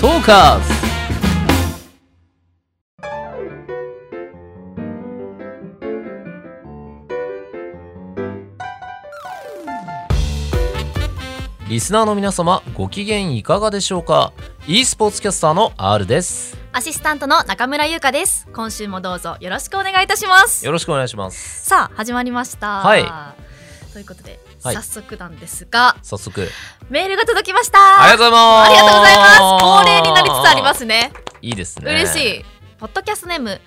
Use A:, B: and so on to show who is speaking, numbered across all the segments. A: トーカーズリスナーの皆様ご機嫌いかがでしょうか e スポーツキャスターの R です
B: アシスタントの中村優香です。今週もどうぞよろしくお願いいたします。
A: よろしくお願いします
B: さあ始まりました。
A: は
B: ということで、
A: はい
B: 早速なんですが
A: 早速
B: メールが届きました。
A: ありがとうございます
B: ありがとうございます。恒例になりつつありますね。
A: いいですね
B: 嬉しい。ポッドキャストネーム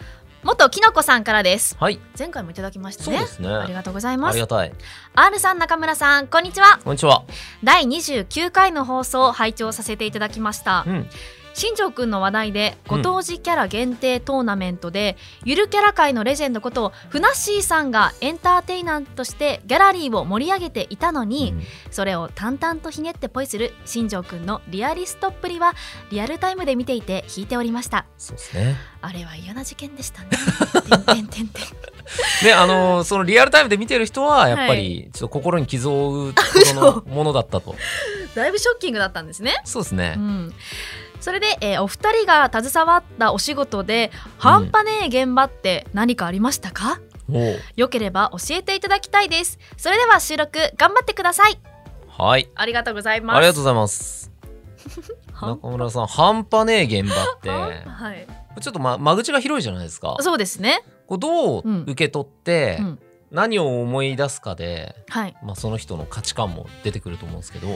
B: 元きのこさんからです。
A: はい
B: 前回もいただきました
A: そう
B: ね
A: で。すね
B: ありがとうござい
A: あ
B: ま
A: り
B: す
A: が。たい
B: R さん中村さんこんにちは。
A: こんにちは
B: 第29回の放送を拝聴させていただきました
A: う。ん
B: 新庄くんの話題でご当地キャラ限定トーナメントで、ゆるキャラ界のレジェンドことふなっしーさんがエンターテイナーとしてギャラリーを盛り上げていたのに、それを淡々とひねってポイする新庄くんのリアリストっぷりはリアルタイムで見ていて引いておりました
A: そうですね
B: あれは嫌な事件でしたねてんてんてんてん
A: ね、あのーそのリアルタイムで見てる人はやっぱ
B: は
A: りちょっと心に傷を負うほどのものだ ったと
B: だいぶショッキングだったんですね
A: そうです
B: う
A: ね、
B: ん、それで、えーお二人が携わったお仕事で半端ねえ現場って何かありましたか、
A: おう
B: 良ければ教えていただきたいですそれでは収録頑張ってください
A: はい
B: ありがとうございます
A: ありがとうございます
B: はん
A: 中村さん半端ねえ現場って
B: はい
A: ちょっと、ま、間口が広いじゃないですか
B: そうですね
A: こうどう
B: うん
A: 受け取って、
B: うん
A: 何を思い出すかで、
B: はい
A: まあ、その人の価値観も出てくると思うんですけど、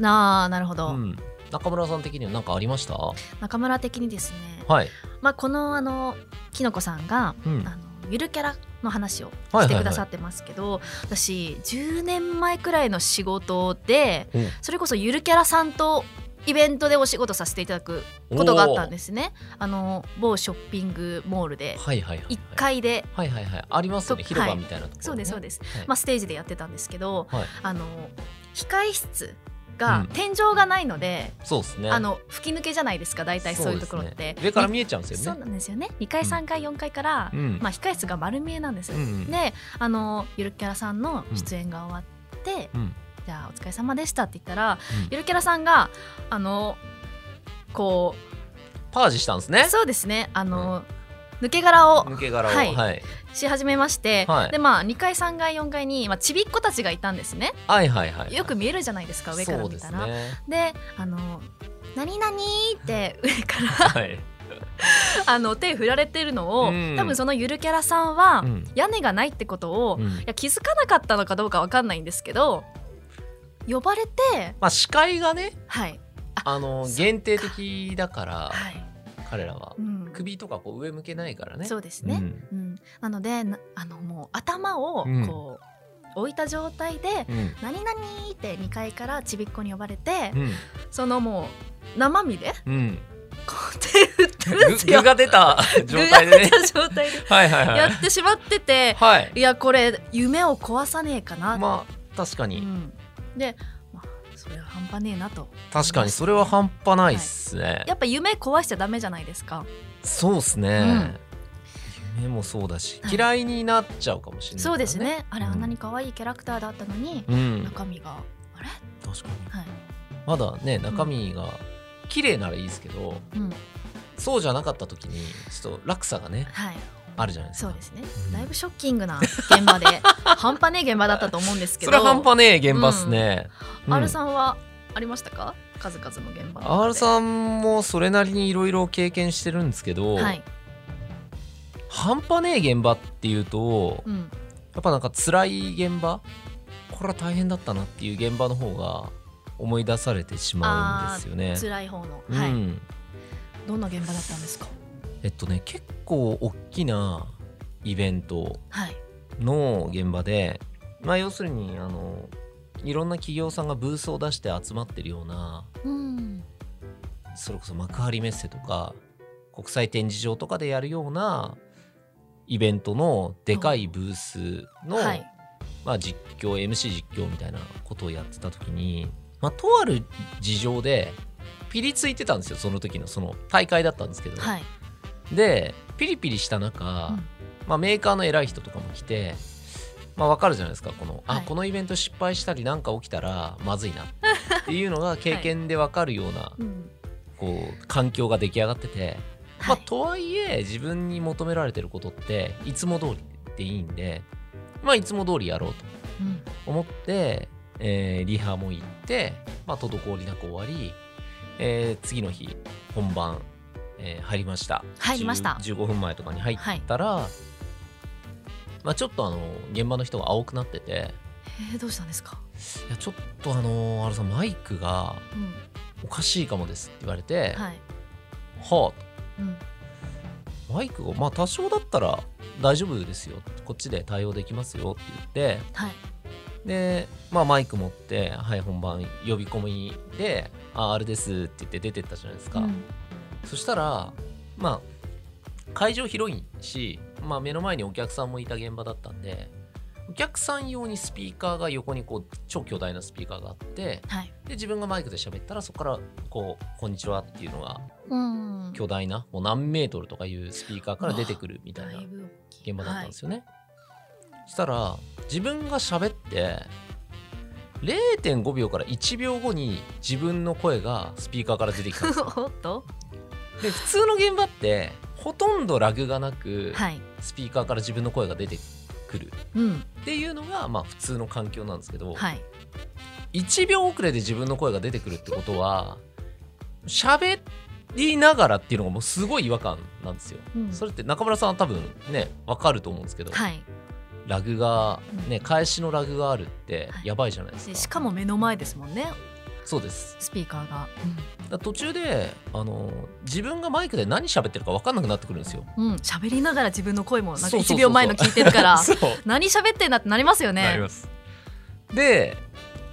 B: なあなるほ
A: う
B: ど、
A: ん、中村さん的には何かありましたは
B: 中村的にですね
A: い、
B: まあこのあのきのこさんが、
A: うん
B: あのゆるキャラの話を
A: はいはいはい
B: してくださってますけど、私10年前くらいの仕事で
A: うん
B: それこそゆるキャラさんとイベントでお仕事させていただくことがあったんですねあの某ショッピングモールで
A: おーはいはいはいはい
B: 1階で
A: はいはいはいありますよね
B: と
A: 広場
B: はい
A: みたいなところ、ね
B: そうですそうです、
A: はい
B: まあ、ステージでやってたんですけど、
A: はい
B: あの控え室
A: うん
B: が天井がないので、
A: そうですね
B: あの吹き抜けじゃないですか大体そういうところっ
A: そです
B: て、
A: ね、上から見えちゃうんです
B: そ
A: よ
B: う
A: ね
B: なんですよね2階
A: うん
B: 3階4階から、
A: うん
B: まあ、控え室が丸見えなんですよ、
A: うん
B: であのゆるキャラさんの出演が終わって、
A: うん
B: じゃあお疲れ様でしたって言ったら、
A: うん
B: ゆるキャラさんがあのこ
A: パージしたんです
B: う
A: ね
B: そうですねあの、抜け殻を
A: 抜け殻をは、
B: はいい
A: はい、
B: し始めまして、
A: はい
B: でまあ2階3階4階に、まあ、ちびっ子たちがいたんですね
A: はいはいはい
B: よく見えるじゃないですか上から見たら。
A: そう
B: で,、
A: ですね
B: あの「何々」って 上から
A: はい、
B: あの手振られてるのを、
A: うん
B: 多分そのゆるキャラさんは、
A: うん
B: 屋根がないってことを、
A: う
B: い
A: ん
B: や気づかなかったのかどうかわかんないんですけど呼ばれて
A: まあ視界がね
B: はい
A: あの
B: そっか
A: 限定的だから
B: はい、
A: 彼らは
B: うん、
A: 首とかこう上向けないからね
B: そううですね、うん
A: ん
B: なのでなあのもう頭を
A: うん
B: こう、置いた状態で
A: うん
B: 「何々」って2階からちびっ子に呼ばれて、
A: うん
B: そのもう生身で
A: うん、
B: こう手振ってるんです
A: 具
B: よ。
A: が出た状態
B: ぐ
A: で
B: や
A: ね
B: った状態で
A: はいはいは
B: や
A: い
B: ってしまってて、
A: はい
B: いやこれ夢を壊さねえかな。
A: まあ確か
B: う
A: に、
B: ん、で、まあそれは半端ねえなと。
A: 確かにそれは半端ないっすね、
B: やっぱ夢壊しちゃダメじゃないですか。
A: そうっすね、夢もそうだし
B: はい
A: 嫌いになっちゃうかもしれないから、
B: そうですね。あれ
A: うん
B: あんなに可愛いキャラクターだったのに、
A: うん
B: 中身があれ
A: 確かに
B: はい。
A: まだね中身が綺麗ならいいですけど、
B: うん
A: そうじゃなかった時にちょっと落差がね
B: はい。
A: あるじゃないです
B: そ
A: か
B: うですね
A: うん。
B: だいぶショッキングな現 場で半端ねえ現場だったと思うんですけ
A: そ
B: ど。
A: れは半端ねえ現場っすね、うん
B: R さんはありましたか？数々の現場の中で。
A: R さんもそれなりにいろいろ経験してるんですけど、
B: はい。
A: 半端ねえ現場っていうと
B: うん。
A: やっぱなんか辛い現場これは大変だったなっていう現場の方が思い出されてしまうんですよね。
B: 辛い方の、
A: う
B: はい、
A: ん
B: どんな現場だったんですか
A: えっとね結構大きなイベント
B: はい
A: の現場で、まあ、要するにあのいろんな企業さんがブースを出して集まってるような
B: うん
A: それこそ幕張メッセとか国際展示場とかでやるようなイベントのでかいブースの、
B: はい
A: まあ、実況 MC 実況みたいなことをやってた時に、まあ、とある事情でピリついてたんですよその時のその大会だったんですけど、
B: はい
A: でピリピリした中、
B: ん
A: まあ、メーカーの偉い人とかも来て、まあ、分かるじゃないですかこの、
B: は
A: あ
B: い
A: このイベント失 敗したりなんか起きたらまずいなっていうのが経験で分かるような
B: うん
A: こう環境が出来上がってて、ま
B: は
A: あ、
B: い
A: とはいえ自分に求められてることっていつも通りでいいんで、まあ、いつも通りやろうと
B: うん
A: 思って、えーリハも行って、まあ、滞りなく終わり、えー次の日本番、えー入りました
B: 入りました
A: 10 15分前とかに入ったら、まあ、ちょっとあの現場の人が青くなってて
B: えーどうしたんですか、
A: 「いやちょっとあのあれさんマイクが
B: うん
A: おかしいかもです」って言われて「は
B: はい
A: あ
B: うん
A: マイクをまあ多少だったら大丈夫ですよこっちで対応できますよ」って言って
B: はい
A: で、まあ、マイク持って「はい本番呼び込みで「ああれです」って言って出てったじゃないですか、
B: うん
A: そしたらまあ会場広いし、まあ、目の前にお客さんもいた現場だったんでお客さん用にスピーカーが横にこう超巨大なスピーカーがあって
B: はい
A: で自分がマイクで喋ったらそこからこう「こんにちは」っていうのが
B: うん
A: 巨大なもう何メートルとかいうスピーカーから出てくるみたいな
B: だいぶ
A: 現場だったんですよね。そしたら自分が喋って0.5秒から1秒後に自分の声がスピーカーから出て きたんですよ。
B: おっと
A: で普通の現場ってほとんどラグがなく
B: はい
A: スピーカーから自分の声が出てくる
B: うん
A: っていうのがまあ普通の環境なんですけど、
B: はい
A: 1秒遅れで自分の声が出てくるってことは喋りながらっていうのがもうすごい違和感なんですよ。
B: うん
A: それって中村さんは多分ね分かると思うんですけど、
B: はい
A: ラグが、ね、
B: うん
A: 返しのラグがあるって
B: はい
A: やばいじゃないですか。
B: でしかも目の前ですもんね
A: そうです
B: スピーカーが
A: だから途中であの自分がマイクで何喋ってるか分かんなくなってくるんですよ。
B: うんうん喋りながら自分の声もなんか
A: そうそうそうそう
B: 1秒前の聞いてるか ら
A: そう
B: 何喋ってんだってなりますよ
A: なり
B: ね
A: ますで、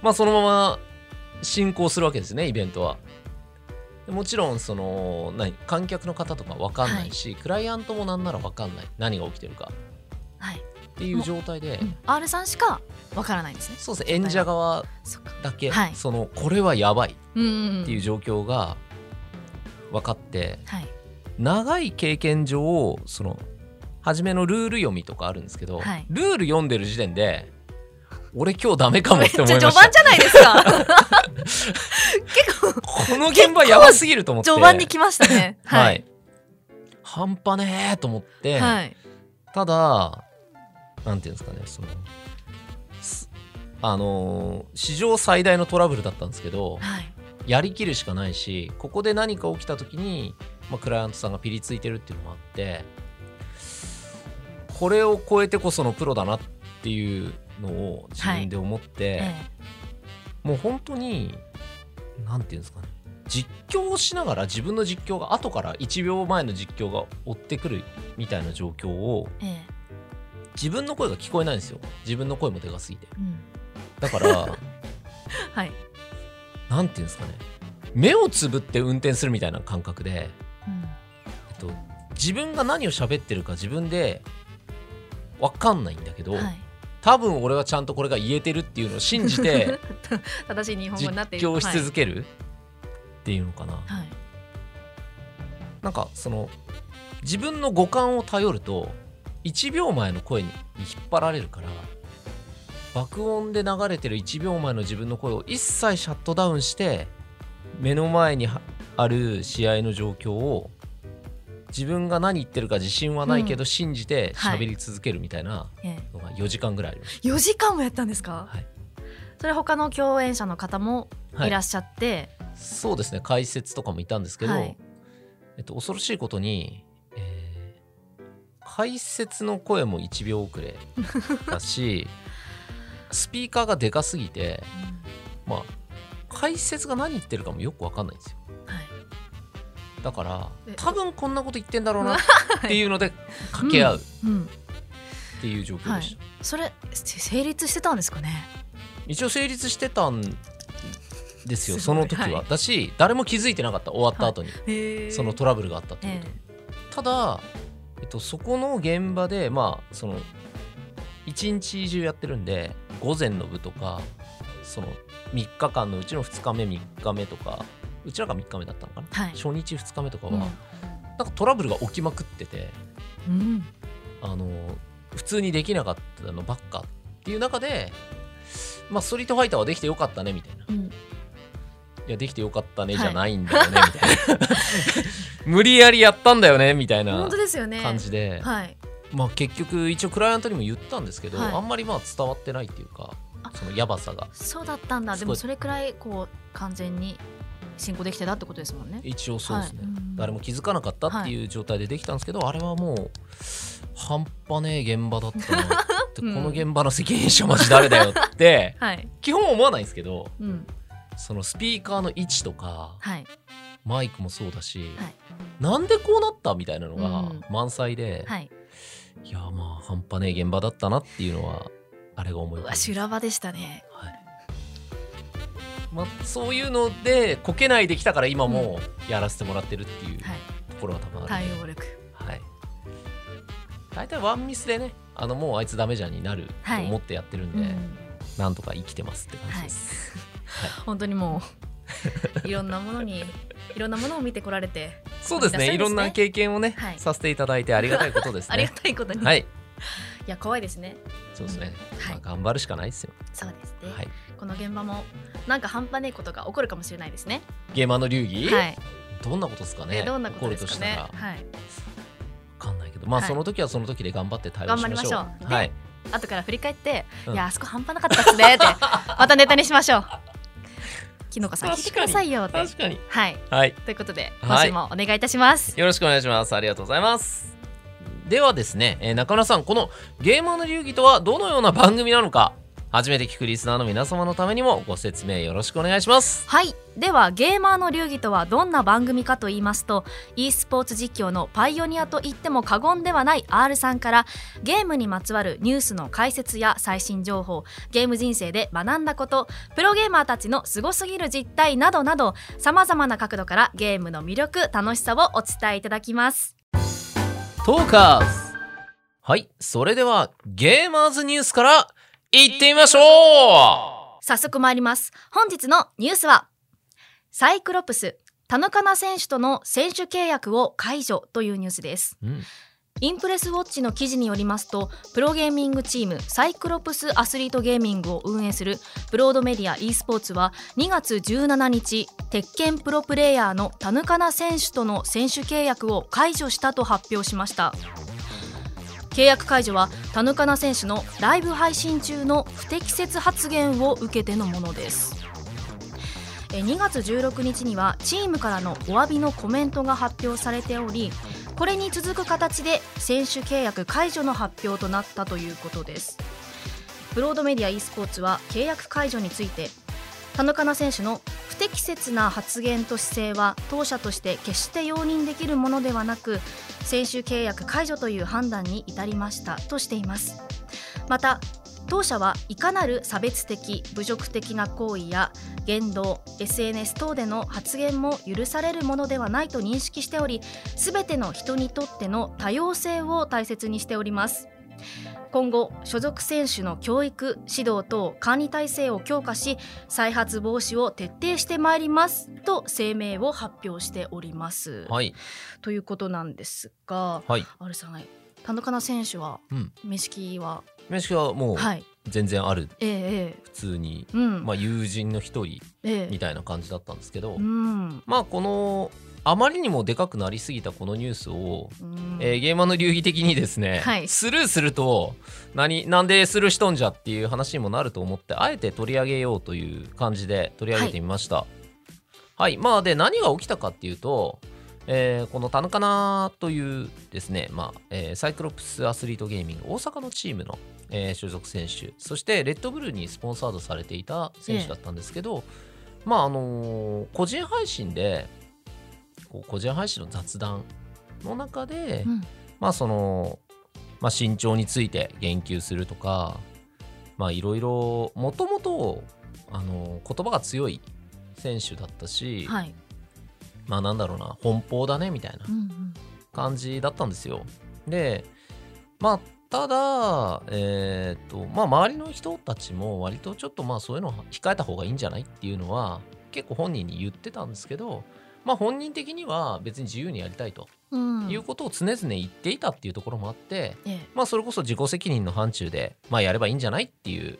A: まあ、そのまま進行するわけですねイベントは。でもちろんその何観客の方とか分かんないし、クライアントもなんなら分かんない何が起きてるか
B: はい
A: っていう状態で、
B: うん R さんしかわからないんですね
A: そうですね演者側
B: そっか
A: だけ、
B: はい
A: そのこれはやばい
B: うんうんん
A: っていう状況が分かって
B: はい
A: 長い経験上その初めのルール読みとかあるんですけど、
B: はい
A: ルール読んでる時点で俺今日ダメかも
B: め
A: っ
B: っち
A: て
B: ゃ
A: 思いま
B: 序
A: し
B: 盤
A: た
B: じゃないですか結構
A: この現場やばすぎると思って
B: 序盤に来ましたね
A: はい、
B: はい
A: 半端ねえと思って、
B: はい
A: ただなんていうんですかねそのすあのー史上最大のトラブルだったんですけど
B: はい
A: やりきるしかないしここで何か起きた時に、まあ、クライアントさんがピリついてるっていうのもあってこれを超えてこそのプロだなっていうのを自分で思って、
B: え
A: もう本当に何て言うんですかね実況をしながら自分の実況が後から1秒前の実況が追ってくるみたいな状況を
B: えええ
A: 自分の声が聞こえないんですよ自分の声もでかすぎて
B: うん
A: だから
B: はい
A: 何て言うんですかね目をつぶって運転するみたいな感覚で
B: うん
A: えっと、自分が何を喋ってるか自分で分かんないんだけど、
B: はい
A: 多分俺はちゃんとこれが言えてるっていうのを信じ て
B: 正しい日本
A: 実
B: 語になっている
A: 況し続けるっていうのかな、
B: はいはい
A: なんかその自分の五感を頼ると1秒前の声に引っ張られるから爆音で流れてる1秒前の自分の声を一切シャットダウンして目の前にはある試合の状況を自分が何言ってるか自信はないけど信じて
B: はい
A: 喋り続けるみたいな
B: ええ
A: のが4時間ぐらいありまし
B: 4時間もやったんですか、
A: はい
B: それ他の共演者の方も
A: た、はい
B: いらっしゃって、
A: そうですね解説とかもいたんですけど、
B: はい
A: えっと、恐ろしいことに、えー解説の声も1秒遅れだしスピーカーがでかすぎて、まあ、解説が何言ってるかもよく分かんないんですよ
B: はい
A: だから
B: え
A: 多分こんなこと言ってんだろうなっていうので掛け合う
B: うん、
A: っていう状況でした、
B: それせ成立してたんですかね
A: 一応成立してたんですよ
B: す
A: そ
B: ごい
A: の時は、
B: はい
A: だし誰も気づいてなかった終わった後に、そのトラブルがあったっていう
B: え
A: ことにただ、えっと、そこの現場でまあその一日中やってるんで午前の部とかその3日間のうちの2日目3日目とかうちらが3日目だったのかな、
B: はい
A: 初日2日目とか
B: え
A: は、なんかトラブルが起きまくってて
B: うんうん
A: あの普通にできなかったのばっかっていう中で、まあ、ストリートファイターはできてよかったねみたいな
B: うん
A: いやできてよかったねじゃないんだよね、みたいな 無理やりやったんだよねみたいな
B: 本当ですよね
A: 感じで、
B: はい
A: まあ、結局一応クライアントにも言ったんですけど、
B: はい
A: あんまりまあ伝わってないっていうか
B: あ
A: そのやばさが
B: そうだったんだ
A: す
B: で
A: ごい
B: もそれくらいこう完全に進行できてたってことですもんね
A: 一応そうですね、
B: はいうん
A: 誰も気づかなかったっていう状態でできたんですけど、あれはもう半端ねえ現場だったなって、
B: うん
A: この現場の責任者マジ誰だよ って
B: はい
A: 基本思わないんですけど
B: うん
A: そのスピーカーの位置とか
B: はい
A: マイクもそうだし、
B: はい
A: なんでこうなったみたいなのが
B: うん
A: 満載で、
B: はい
A: い、やまあ半端ねえ現場だったなっていうのはあれが思いうま
B: わ
A: す
B: 修羅場でしたね
A: まあ、そういうのでこけないできたから今もやらせてもらってるっていう
B: はい
A: ところが多分ある
B: 対
A: んで、
B: 応力
A: はい大体ワンミスでねあのもうあいつダメじゃんになると
B: はい
A: 思ってやってるん
B: う
A: で、
B: ん
A: なんとか生きてますって感じです、
B: 本当にもう いろんなものにいろんなものを見てこられて
A: そうですね
B: いらっしゃいですね
A: いろんな経験をね、
B: はい
A: させていただいてありがたいことです
B: ありが
A: ね
B: たいことに、、
A: はいい
B: や怖いですね
A: そうですね、
B: はい
A: まあ、頑張るしかないですよ
B: そうですね、
A: はい
B: この現場もなんか半端ねえことが起こるかもしれないですね
A: ゲーマーの流儀、
B: はい
A: どんなことですかね
B: えどんなことです
A: 起
B: か
A: こるとし
B: ね
A: たら
B: はい
A: 分かんないけどまあ、
B: はい
A: その時はその時で頑張って対応しましょう
B: 頑張りましょうね
A: はい
B: 後から振り返って、
A: うん
B: いやあそこ半端なかったっすねって またネタにしましょうきのこさん聞いてくださいよって
A: 確かに
B: はい
A: はい
B: ということで
A: はい
B: 今週もお願いいたします、
A: よろしくお願いします。ありがとうございます。ではですね、えー中村さん、このゲーマーの流儀とはどのような番組なのか、初めて聞くリスナーの皆様のためにもご説明よろしくお願いします。
B: はいではゲーマーの流儀とはどんな番組かと言いますと e スポーツ実況のパイオニアと言っても過言ではない R さんからゲームにまつわるニュースの解説や最新情報ゲーム人生で学んだことプロゲーマーたちのすごすぎる実態などなどさまざまな角度からゲームの魅力楽しさをお伝えいただきます
A: トーカーズはい、それではゲーマーズニュースから行ってみましょう
B: 早速参ります本日のニュースはサイクロプス田中な選手との選手契約を解除というニュースです
A: うん、
B: インプレスウォッチの記事によりますとプロゲーミングチームサイクロプスアスリートゲーミングを運営するブロードメディア e スポーツは2月17日鉄拳プロプレイヤーの田中な選手との選手契約を解除したと発表しました契約解除は田中な選手のライブ配信中の不適切発言を受けてのものですえ2月16日にはチームからのお詫びのコメントが発表されておりこれに続く形で選手契約解除の発表となったということですブロードメディア e スポーツは契約解除について田中奈選手の不適切な発言と姿勢は当社として決して容認できるものではなく選手契約解除という判断に至りましたとしていますまた当社はいかなる差別的侮辱的な行為や言動 SNS 等での発言も許されるものではないと認識しておりすべての人にとっての多様性を大切にしております今後所属選手の教育指導等管理体制を強化し再発防止を徹底してまいりますと声明を発表しております、
A: はい、
B: ということなんですが
A: はい。
B: アルさん田中奈選手は、
A: うん
B: 飯木は
A: 飯木はもう
B: はい
A: 全然ある、
B: えええ
A: 普通に、
B: えうん、
A: まあ、友人の一人
B: え
A: み
B: え
A: たいな感じだったんですけど、
B: うん
A: まあ、この、あまりにもでかくなりすぎたこのニュースを
B: うん
A: えーゲーマーの流儀的にですね、
B: はい
A: スルーすると何なんでスルーしとんじゃっていう話にもなると思ってあえて取り上げようという感じで取り上げてみましたはい、まあで何が起きたかっていうと、えーこの田中なというですね、まあえーサイクロプスアスリートゲーミング大阪のチームの、えー所属選手そしてレッドブルにスポンサードされていた選手だったんですけど、まああのー個人配信でこう個人配信の雑談の中で、
B: うん
A: まあその、まあ、身長について言及するとかまあいろいろもともとあの言葉が強い選手だったし、
B: はい、
A: まあなんだろうな奔放だねみたいな
B: うんうん
A: 感じだったんですよ。でまあただえーっとまあ周りの人たちも割とちょっとまあそういうのは控えた方がいいんじゃないっていうのは結構本人に言ってたんですけどまあ本人的には別に自由にやりたいと
B: うん
A: いうことを常々言っていたっていうところもあって、
B: ええ
A: まあ、それこそ自己責任の範疇で、まあ、やればいいんじゃないっていう、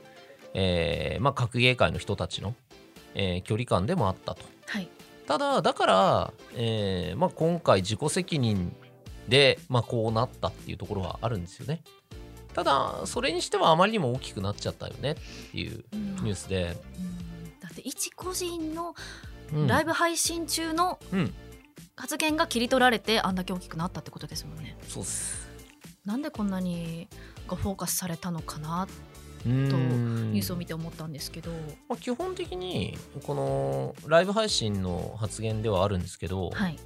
A: えーまあ、格ゲー界の人たちのえー距離感でもあったと。
B: はい
A: ただだから、えーまあ、今回自己責任で、まあ、こうなったっていうところはあるんですよね。ただそれにしてはあまりにも大きくなっちゃったよねっていう
B: うん
A: ニュースで、
B: うんだって一個人の
A: うん
B: ライブ配信中の
A: うん
B: 発言が切り取られてあんだけ大きくなったってことですもんね。
A: そうっす
B: なんでこんなにがフォーカスされたのかなって
A: うーん
B: ニュースを見て思ったんですけど、
A: まあ、基本的にこのライブ配信の発言ではあるんですけど、
B: はい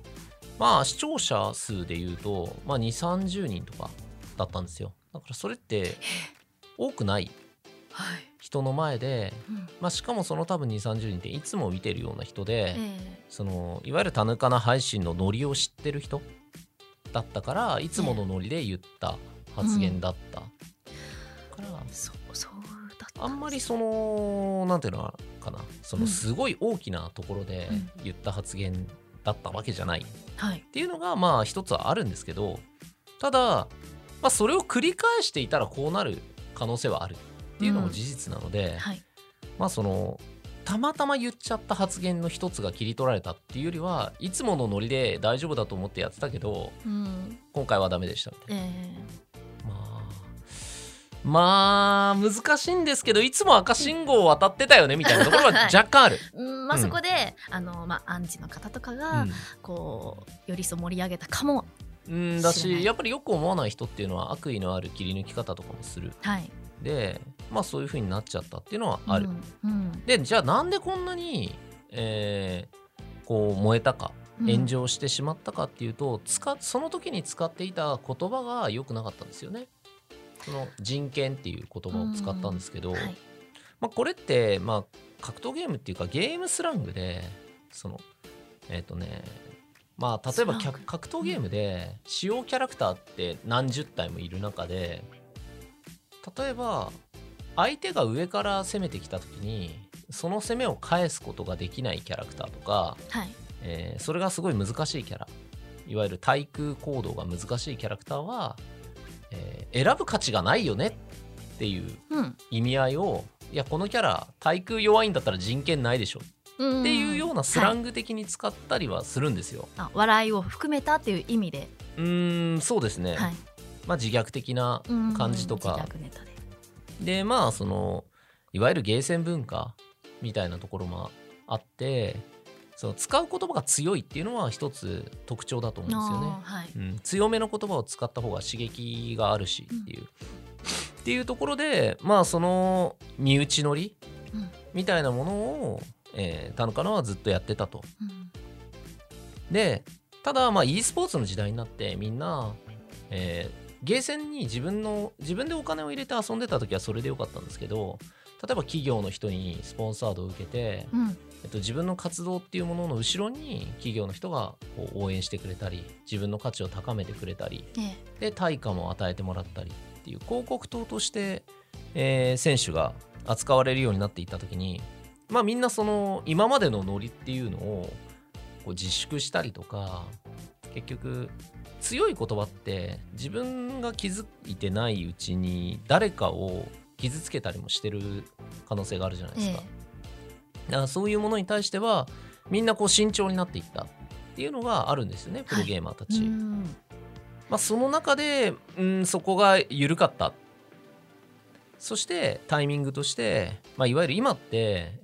A: まあ視聴者数でいうと、まあ、2 3 0人とかだったんですよだからそれって多くない
B: はい、
A: 人の前で、
B: うん
A: まあ、しかもその多分2 3 0人っていつも見てるような人で、
B: え
A: そのいわゆるタヌカナ配信のノリを知ってる人だったからいつものノリで言った発言だった、から
B: えそうそうだった
A: あんまりそのなんていうのかなそのすごい大きなところで
B: うん
A: 言った発言だったわけじゃないっ
B: はい
A: ていうのがまあ一つはあるんですけどただ、まあ、それを繰り返していたらこうなる可能性はあるっていうのも事実なので、
B: はい
A: まあそのたまたま言っちゃった発言の一つが切り取られたっていうよりはいつものノリで大丈夫だと思ってやってたけど
B: うん
A: 今回はダメでしたみたいな
B: ええ
A: まあ、まあ、難しいんですけど、いつも赤信号を渡ってたよねみたいなところは
B: はい
A: 若干ある。
B: うんまあ
A: うん
B: そこで、あのまあアンジの方とかが、こうよりそう盛り上げたかも
A: うん、うんだ
B: 知らな
A: し、
B: い
A: やっぱりよく思わない人っていうのは悪意のある切り抜き方とかもする。
B: はい
A: で、まあそういう風になっちゃったっていうのはある。
B: うんうん
A: で、じゃあなんでこんなに、えーこう燃えたか、
B: うん
A: 炎上してしまったかっていうと、使っその時に使っていた言葉が良くなかったんですよね。その人権っていう言葉を使ったんですけど、
B: はい
A: まあ、これって、まあ、格闘ゲームっていうかゲームスラングでそのえっ、とねまあ例えば
B: スラング
A: 客格闘ゲームで主要キャラクターって何十体もいる中で例えば相手が上から攻めてきた時にその攻めを返すことができないキャラクターとか、
B: はい
A: えーそれがすごい難しいキャラいわゆる対空行動が難しいキャラクターは、えー選ぶ価値がないよねっていう
B: うん
A: 意味合いをいやこのキャラ対空弱いんだったら人権ないでしょ
B: うん
A: っていうようなスラ
B: はい
A: ング的に使ったりはするんですよ。
B: あ笑いを含めたっていう意味で、
A: うーんそうですね、
B: はい
A: まあ、自虐的な
B: うん
A: 感じとか
B: 自虐ネタで
A: でまあそのいわゆるゲーセン文化みたいなところもあってその使う言葉が強いっていうのは一つ特徴だと思うんですよね
B: あ。ーはい
A: うん、強めの言葉を使った方が刺激があるしっていう、っていうところでまあその身内乗り
B: うん
A: みたいなものを、えー、田中のはずっとやってたと。
B: うん
A: でただまあ e スポーツの時代になってみんな、えーゲーセンに自分の自分でお金を入れて遊んでた時はそれでよかったんですけど例えば企業の人にスポンサードを受けて、
B: うん
A: えっと、自分の活動っていうものの後ろに企業の人がこう応援してくれたり自分の価値を高めてくれたり
B: ええ
A: で対価も与えてもらったりっていう広告塔として、えー選手が扱われるようになっていった時にまあみんなその今までのノリっていうのをこう自粛したりとか結局強い言葉って自分が気づいてないうちに誰かを傷つけたりもしてる可能性があるじゃないですか。だからそういうものに対してはみんなこう慎重になっていったっていうのがあるんですよねプロゲーマーたち。
B: うん
A: まあ、その中で、うん、そこが緩かったそしてタイミングとして、まあ、いわゆる今って、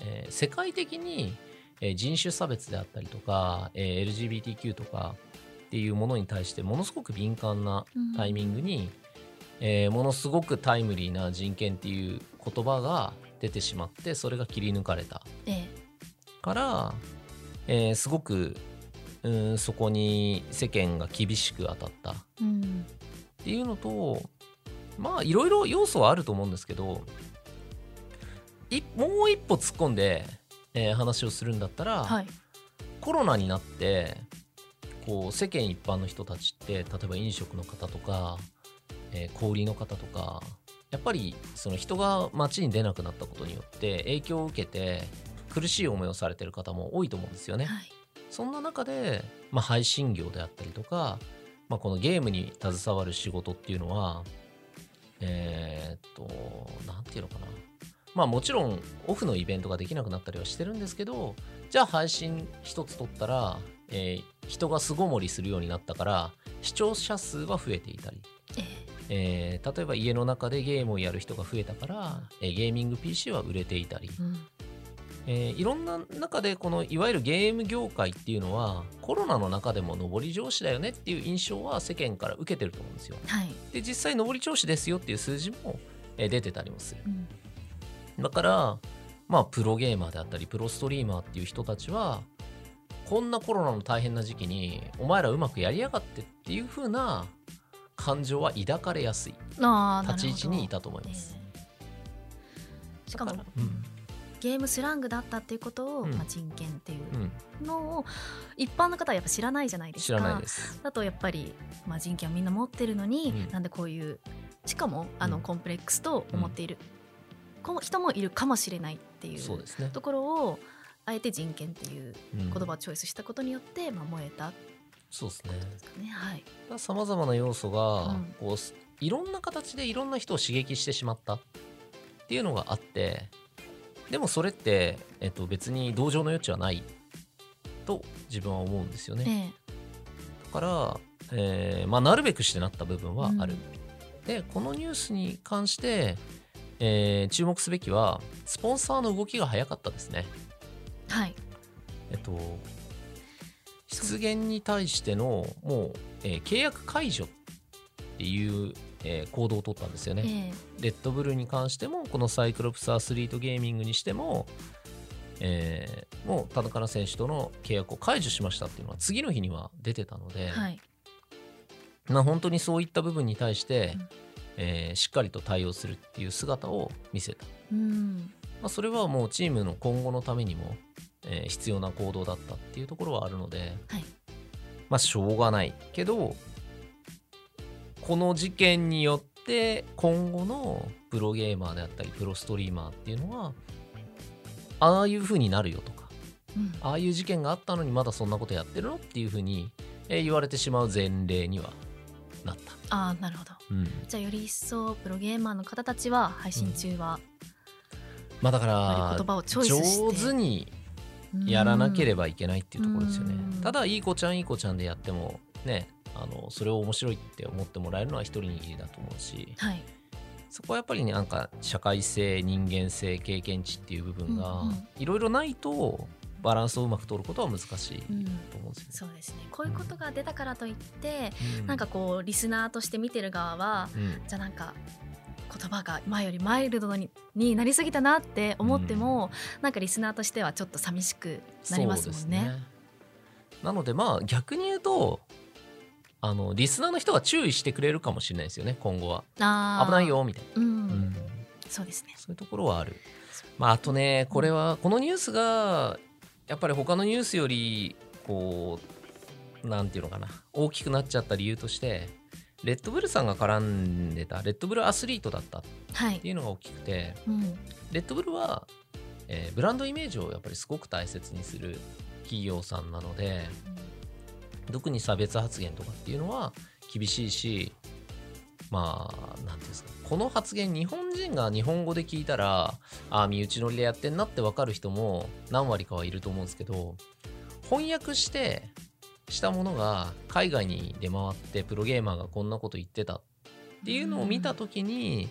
A: えー世界的に、えー人種差別であったりとか、えー LGBTQ とかっていうものに対してものすごく敏感な
B: うん
A: タイミングに、えーものすごくタイムリーな人権っていう言葉が出てしまってそれが切り抜かれた
B: ええ
A: から、えーすごく、うん、そこに世間が厳しく当たった
B: うん
A: っていうのとまあいろいろ要素はあると思うんですけどいもう一歩突っ込んで、えー話をするんだったら、
B: はい
A: コロナになってこう世間一般の人たちって例えば飲食の方とか、えー小売りの方とかやっぱりその人が街に出なくなったことによって影響を受けて苦しい思いをされてる方も多いと思うんですよね。
B: はい
A: そんな中で、まあ、配信業であったりとか、まあ、このゲームに携わる仕事っていうのはえーっと何て言うのかなまあもちろんオフのイベントができなくなったりはしてるんですけどじゃあ配信一つ取ったら、えー人が巣ごもりするようになったから視聴者数は増えていたり、えー例えば家の中でゲームをやる人が増えたから、えーゲーミング PC は売れていたり、
B: うん
A: えーいろんな中でこのいわゆるゲーム業界っていうのはコロナの中でも上り調子だよねっていう印象は世間から受けてると思うんですよ。
B: はい、
A: で実際上り調子ですよっていう数字も、えー出てたりもする。
B: うん
A: だからまあプロゲーマーであったりプロストリーマーっていう人たちはこんなコロナの大変な時期にお前らうまくやりやがってっていう風な感情は抱かれやすい
B: あー
A: 立ち位置にい
B: なる
A: たと思い
B: ほど
A: ます。
B: ええしかも
A: だらうん
B: ゲームスラングだったっていうことを、
A: うん
B: まあ、人権ってい
A: うん、
B: うのを一般の方はやっぱ知らないじゃないですか
A: 知らないです。
B: だとやっぱり、まあ、人権はみんな持ってるのに、
A: うん
B: なんでこういうしかもあの、
A: うん
B: コンプレックスと思っている、こう人もいるかもしれないってい
A: そう
B: う
A: ですね。
B: ところをあえて人権っていう
A: うん
B: 言葉をチョイスしたことによって、まあ、燃えたって
A: そうです
B: こ
A: ね
B: と。ですかね。はい、
A: さまざまな要素が、
B: うん
A: こうすいろんな形でいろんな人を刺激してしまったっていうのがあってでもそれって、えっと、別に同情の余地はないと自分は思うんですよね。
B: ね
A: だから、えーまあ、なるべくしてなった部分はある。
B: う
A: でこのニュースに関して、えー注目すべきはスポンサーの動きが早かったですね。
B: はい
A: えっと出現に対してのもう、えー契約解除っていう、えー行動を取ったんですよね。
B: え
A: レッドブルに関してもこのサイクロプスアスリートゲーミングにしても、えーもう田中選手との契約を解除しましたっていうのは次の日には出てたので、
B: えはい
A: まあ、本当にそういった部分に対して、
B: うん
A: えーしっかりと対応するっていう姿を見せた、
B: うん
A: まあ、それはもうチームの今後のためにも、えー必要な行動だったっていうところはあるので、
B: はい
A: まあしょうがないけどこの事件によって今後のプロゲーマーであったりプロストリーマーっていうのはああいう風になるよとか
B: うん
A: ああいう事件があったのにまだそんなことやってるのっていう風にえー言われてしまう前例にはなった。
B: ああなるほど
A: うん
B: じゃあより一層プロゲーマーの方たちは配信中は、
A: まあだか
B: やっぱ
A: ら
B: り言葉をチョイスして
A: 上手にやらなけれ
B: ば
A: ばいけないっていうところですよね
B: うん。
A: ただいい子ちゃんいい子ちゃんでやってもねあのそれを面白いって思ってもらえるのは一人握りだと思うし。
B: はい、
A: そこはやっぱりねなんか社会性人間性経験値っていう部分
B: うん
A: が
B: うん
A: いろいろないとバランスをうまく取ることは難しいと
B: うん
A: 思うんですよ
B: そ
A: ね。
B: うですねこういうことが出たからといって、
A: う
B: なんか、こうリスナーとして見てる側は
A: うん
B: じゃあなんか言葉が前よりマイルドにになりすぎたなって思っても、なんかリスナーとしてはちょっと寂しくなりますも
A: そうん
B: ね。
A: なのでまあ逆に言うとあのリスナーの人が注意してくれるかもしれないですよね今後は
B: あー
A: 危ない、よみたい
B: うん
A: な、うん
B: そうですね。
A: そういうところはある。まあ、あとねこれはこのニュースがやっぱり他のニュースよりこうなんていうのかな大きくなっちゃった理由としてレッドブルさんが絡んでたレッドブルアスリートだったっ
B: はい
A: て、いうのが大きくて
B: うん
A: レッドブルは、えーブランドイメージをやっぱりすごく大切にする企業さんなので特に差別発言とかっていうのは厳しいしまあ何ていうんですかこの発言日本人が日本語で聞いたらああ身内乗りでやってんなって分かる人も何割かはいると思うんですけど翻訳してしたものが海外に出回ってプロゲーマーがこんなこと言ってたっていうのを見た時に、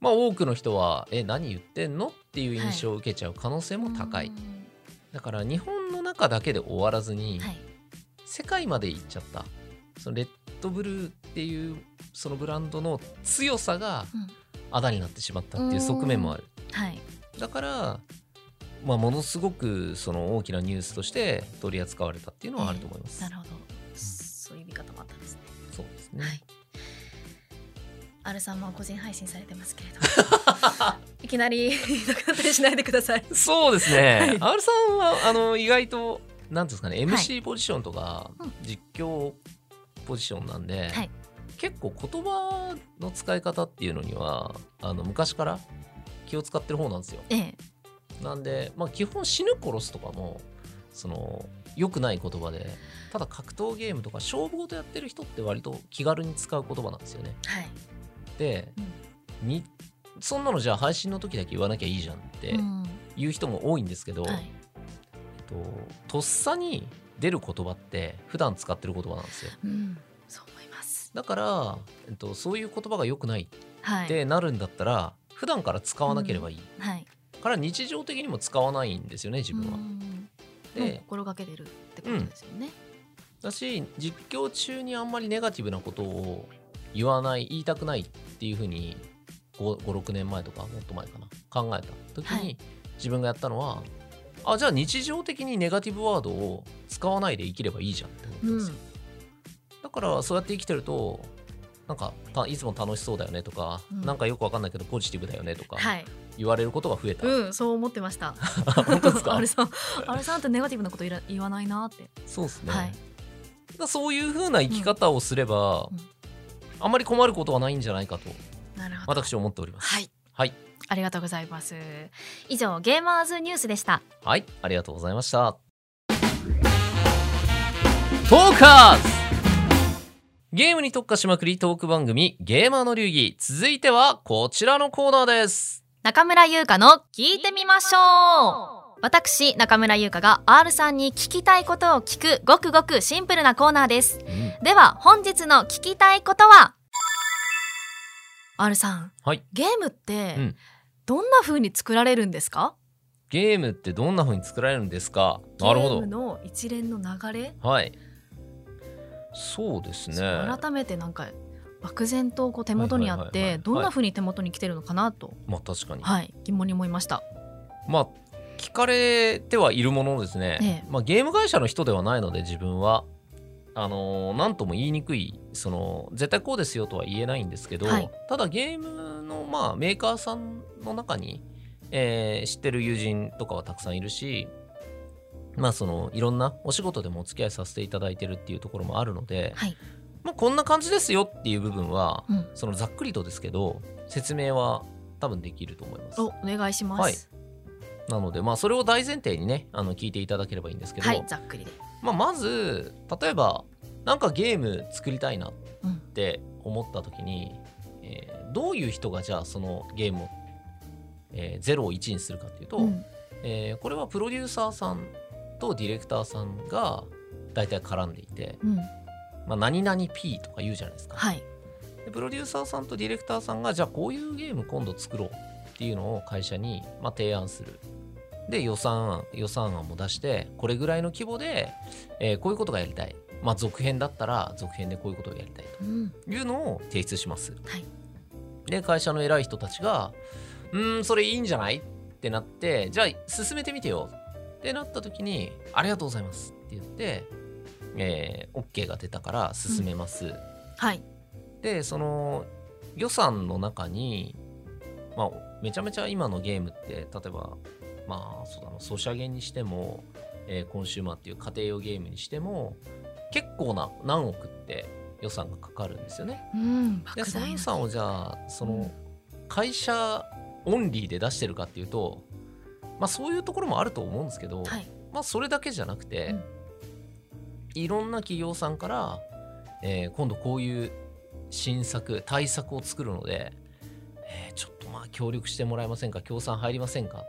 A: まあ多くの人は「え何言ってんの?」っていう印象を受けちゃう可能性も高い。
B: うん
A: だから日本の中だけで終わらずに、
B: はい
A: 世界まで行っちゃったそのレッドブルーっていうそのブランドの強さが
B: うん
A: あだになってしまったっていう側面もある
B: はい
A: だから、まあ、ものすごくその大きなニュースとして取り扱われたっていうのはあると思います、
B: なるほどそういう見方もあったんですね。
A: そうですね、
B: はい。アルさんも個人配信されてますけれど、 いきなり なくなったりしないでください。
A: そうですね、
B: は
A: R さんはあの意外となんていうんですかね
B: はい
A: MC ポジションとか
B: うん
A: 実況ポジションなんで、
B: はい
A: 結構言葉の使い方っていうのにはあの昔から気を使ってる方なんですよ
B: ええ、
A: なんで、まあ、基本死ぬ殺すとかもその良くない言葉でただ格闘ゲームとか勝負事やってる人って割と気軽に使う言葉なんですよね。
B: はい。
A: で、
B: うん
A: にそんなのじゃあ配信の時だけ言わなきゃいいじゃんって
B: うん
A: 言う人も多いんですけど、
B: はい
A: えっと、とっさに出る言葉って普段使ってる言葉なんですよ
B: うん、そう思います。
A: だから、えっと、そういう言葉が良くない
B: は
A: っ
B: い。
A: てなるんだったら、普段から使わなければいい、
B: はい。
A: から日常的にも使わないんですよね自分は。
B: うんもう
A: で
B: 心がけてるってことですよね。
A: だし実況中にあんまりネガティブなことを言わない言いたくないっていうふうに56年前とかもっと前かな考えた時に、
B: はい
A: 自分がやったのはあじゃあ日常的にネガティブワードを使わないで生きればいいじゃんって思ったんですよ、だからそうやって生きてるとなんかたいつも楽しそうだよねとか、
B: うん
A: なんかよくわかんないけどポジティブだよねとか
B: はい。
A: 言われることが増えた、
B: うん、そう思ってました。
A: 本当ですか
B: あれさん、あれさんってネガティブなこといら言わないなって。
A: そうですね、
B: はい
A: だからそういう風な生き方をすれば、
B: うん
A: あんまり困ることはないんじゃないかと
B: なるほど。
A: 私は思っております
B: はい。
A: はい、
B: ありがとうございます。以上、ゲーマーズニュースでした。
A: はい、ありがとうございましたトーカーズゲームに特化しまくりトーク番組ゲーマーの流儀続いてはこちらのコーナーです
B: 中村優香の聞いてみましょう。私、中村優香が R さんに聞きたいことを聞く、ごくごくシンプルなコーナーです。では本日の聞きたいことは R さん、
A: はい
B: ゲームって
A: うん
B: どんな風に作られるんですか、
A: ゲームってどんな風に作られるんですかなる
B: ゲー
A: ほ
B: ムの一連の流れ、
A: どはいそうですね
B: そう改めてなんか漠然とこう手元にあっ
A: はいはいはいは
B: て
A: い
B: どんな風に手元に来てるのかなと、
A: まあ確かに
B: はい、疑問に思いました。
A: まあ聞かれてはいるもののですね、
B: ええ
A: まあ、ゲーム会社の人ではないので自分はあのーなんとも言いにくいその絶対こうですよとは言えないんですけど、
B: はい
A: ただゲームの、まあ、メーカーさんの中に、えー知ってる友人とかはたくさんいるしまあそのいろんなお仕事でもお付き合いさせていただいてるっていうところもあるので、
B: はい、
A: まあ、こんな感じですよっていう部分は、
B: うん
A: そのざっくりとですけど説明は多分できると思います
B: お。お願いします。
A: はいなので、まあ、それを大前提にねあの聞いていただければいいんですけど、
B: はい、ざっくりで。
A: まあ、まず例えばなんかゲーム作りたいなっ
B: うん
A: て思った時に、えーどういう人がじゃあそのゲームを、えー0を1にするかっていうと、
B: うん
A: えーこれはプロデューサーさんとディレクターさんが大体絡んでいて、
B: うん、
A: まあ、何々 P とか言うじゃないですか、
B: はい、
A: でプロデューサーさんとディレクターさんがじゃあこういうゲーム今度作ろうっていうのを会社に、まあ、提案するで予算案予算案も出してこれぐらいの規模で、えーこういうことがやりたい、まあ、続編だったら続編でこういうことをやりたい
B: うん、
A: というのを提出します、
B: はい
A: で会社の偉い人たちがうーんそれいいんじゃないってなってじゃあ進めてみてよってなった時にありがとうございますって言って、えー、OK が出たから進めます、
B: はい、
A: でその予算の中に、まあ、めちゃめちゃ今のゲームって例えばまあそうだなソシャゲにしても、えーコンシューマーっていう家庭用ゲームにしても結構な何億って予算がかかるんですよね。
B: うん、
A: で
B: 莫
A: その
B: 大
A: 予
B: な
A: 算をじゃあそうの
B: ん
A: 会社オンリーで出してるかっていうと、まあ、そういうところもあると思うんですけど、
B: はい、
A: まあ、それだけじゃなくて、
B: うん
A: いろんな企業さんから、えー今度こういう新作対策を作るので、えーちょっとまあ協力してもらえませんか協賛入りませんか
B: はい、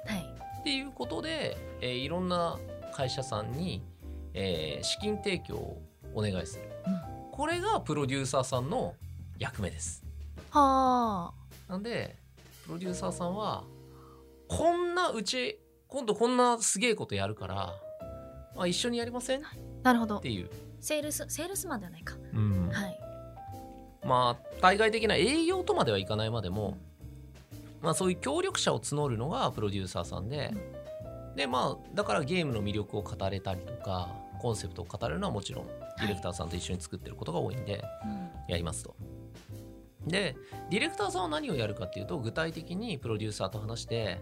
A: っていうことで、えーいろんな会社さんに、えー資金提供をお願いする、
B: うん
A: これがプロデューサーさんの役目です
B: はあ、
A: なんでプロデューサーさんはこんなうち今度こんなすげえことやるから、まあ、一緒にやりませんっ
B: なるほど
A: て。いう、
B: セールスセールスマンではないか。はい。
A: まあ対外的な営業とまではいかないまでも、まあ、そういう協力者を募るのがプロデューサーさんで、でまあだからゲームの魅力を語れたりとかコンセプトを語るのはもちろんディレクターさんと一緒に作ってることが多いんで、
B: うん
A: やりますと。でディレクターさんは何をやるかっていうと具体的にプロデューサーと話して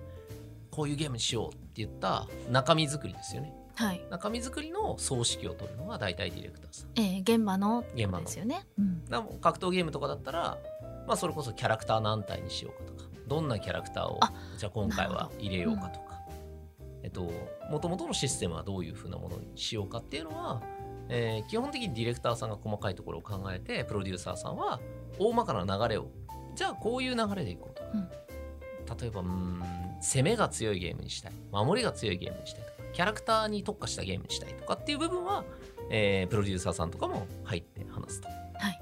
A: こういうゲームにしようって言った中身作りですよね
B: はい。
A: 中身作りの総指揮を取るのが大体ディレクターさん
B: えー、現場の
A: 現場の
B: ですよね。うん。
A: だから格闘ゲームとかだったら、まあ、それこそキャラクター何体にしようかとかどんなキャラクターを
B: あ
A: じゃあ今回
B: なる
A: は入れようかとか、えっと元々のシステムはどういうふうなものにしようかっていうのは、えー基本的にディレクターさんが細かいところを考えてプロデューサーさんは大まかな流れをじゃあこういう流れでいこうとか、
B: うん
A: 例えばうーん攻めが強いゲームにしたい守りが強いゲームにしたいとかキャラクターに特化したゲームにしたいとかっていう部分は、えープロデューサーさんとかも入って話すと。
B: はい